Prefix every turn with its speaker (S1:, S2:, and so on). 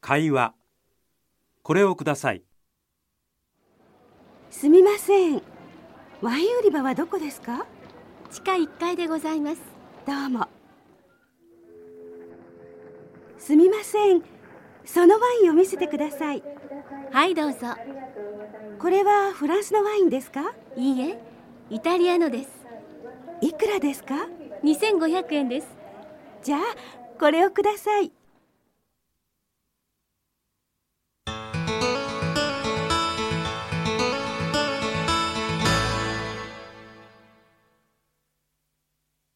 S1: 会話。これをください。
S2: すみませんワイン売り場はどこですか
S3: 地下1階でございます
S2: どうもすみませんそのワインを見せてください
S3: はいどうぞ
S2: これはフランスのワインですか
S3: いいえイタリアのです
S2: いくらですか
S3: 2500円です
S2: じゃあこれをください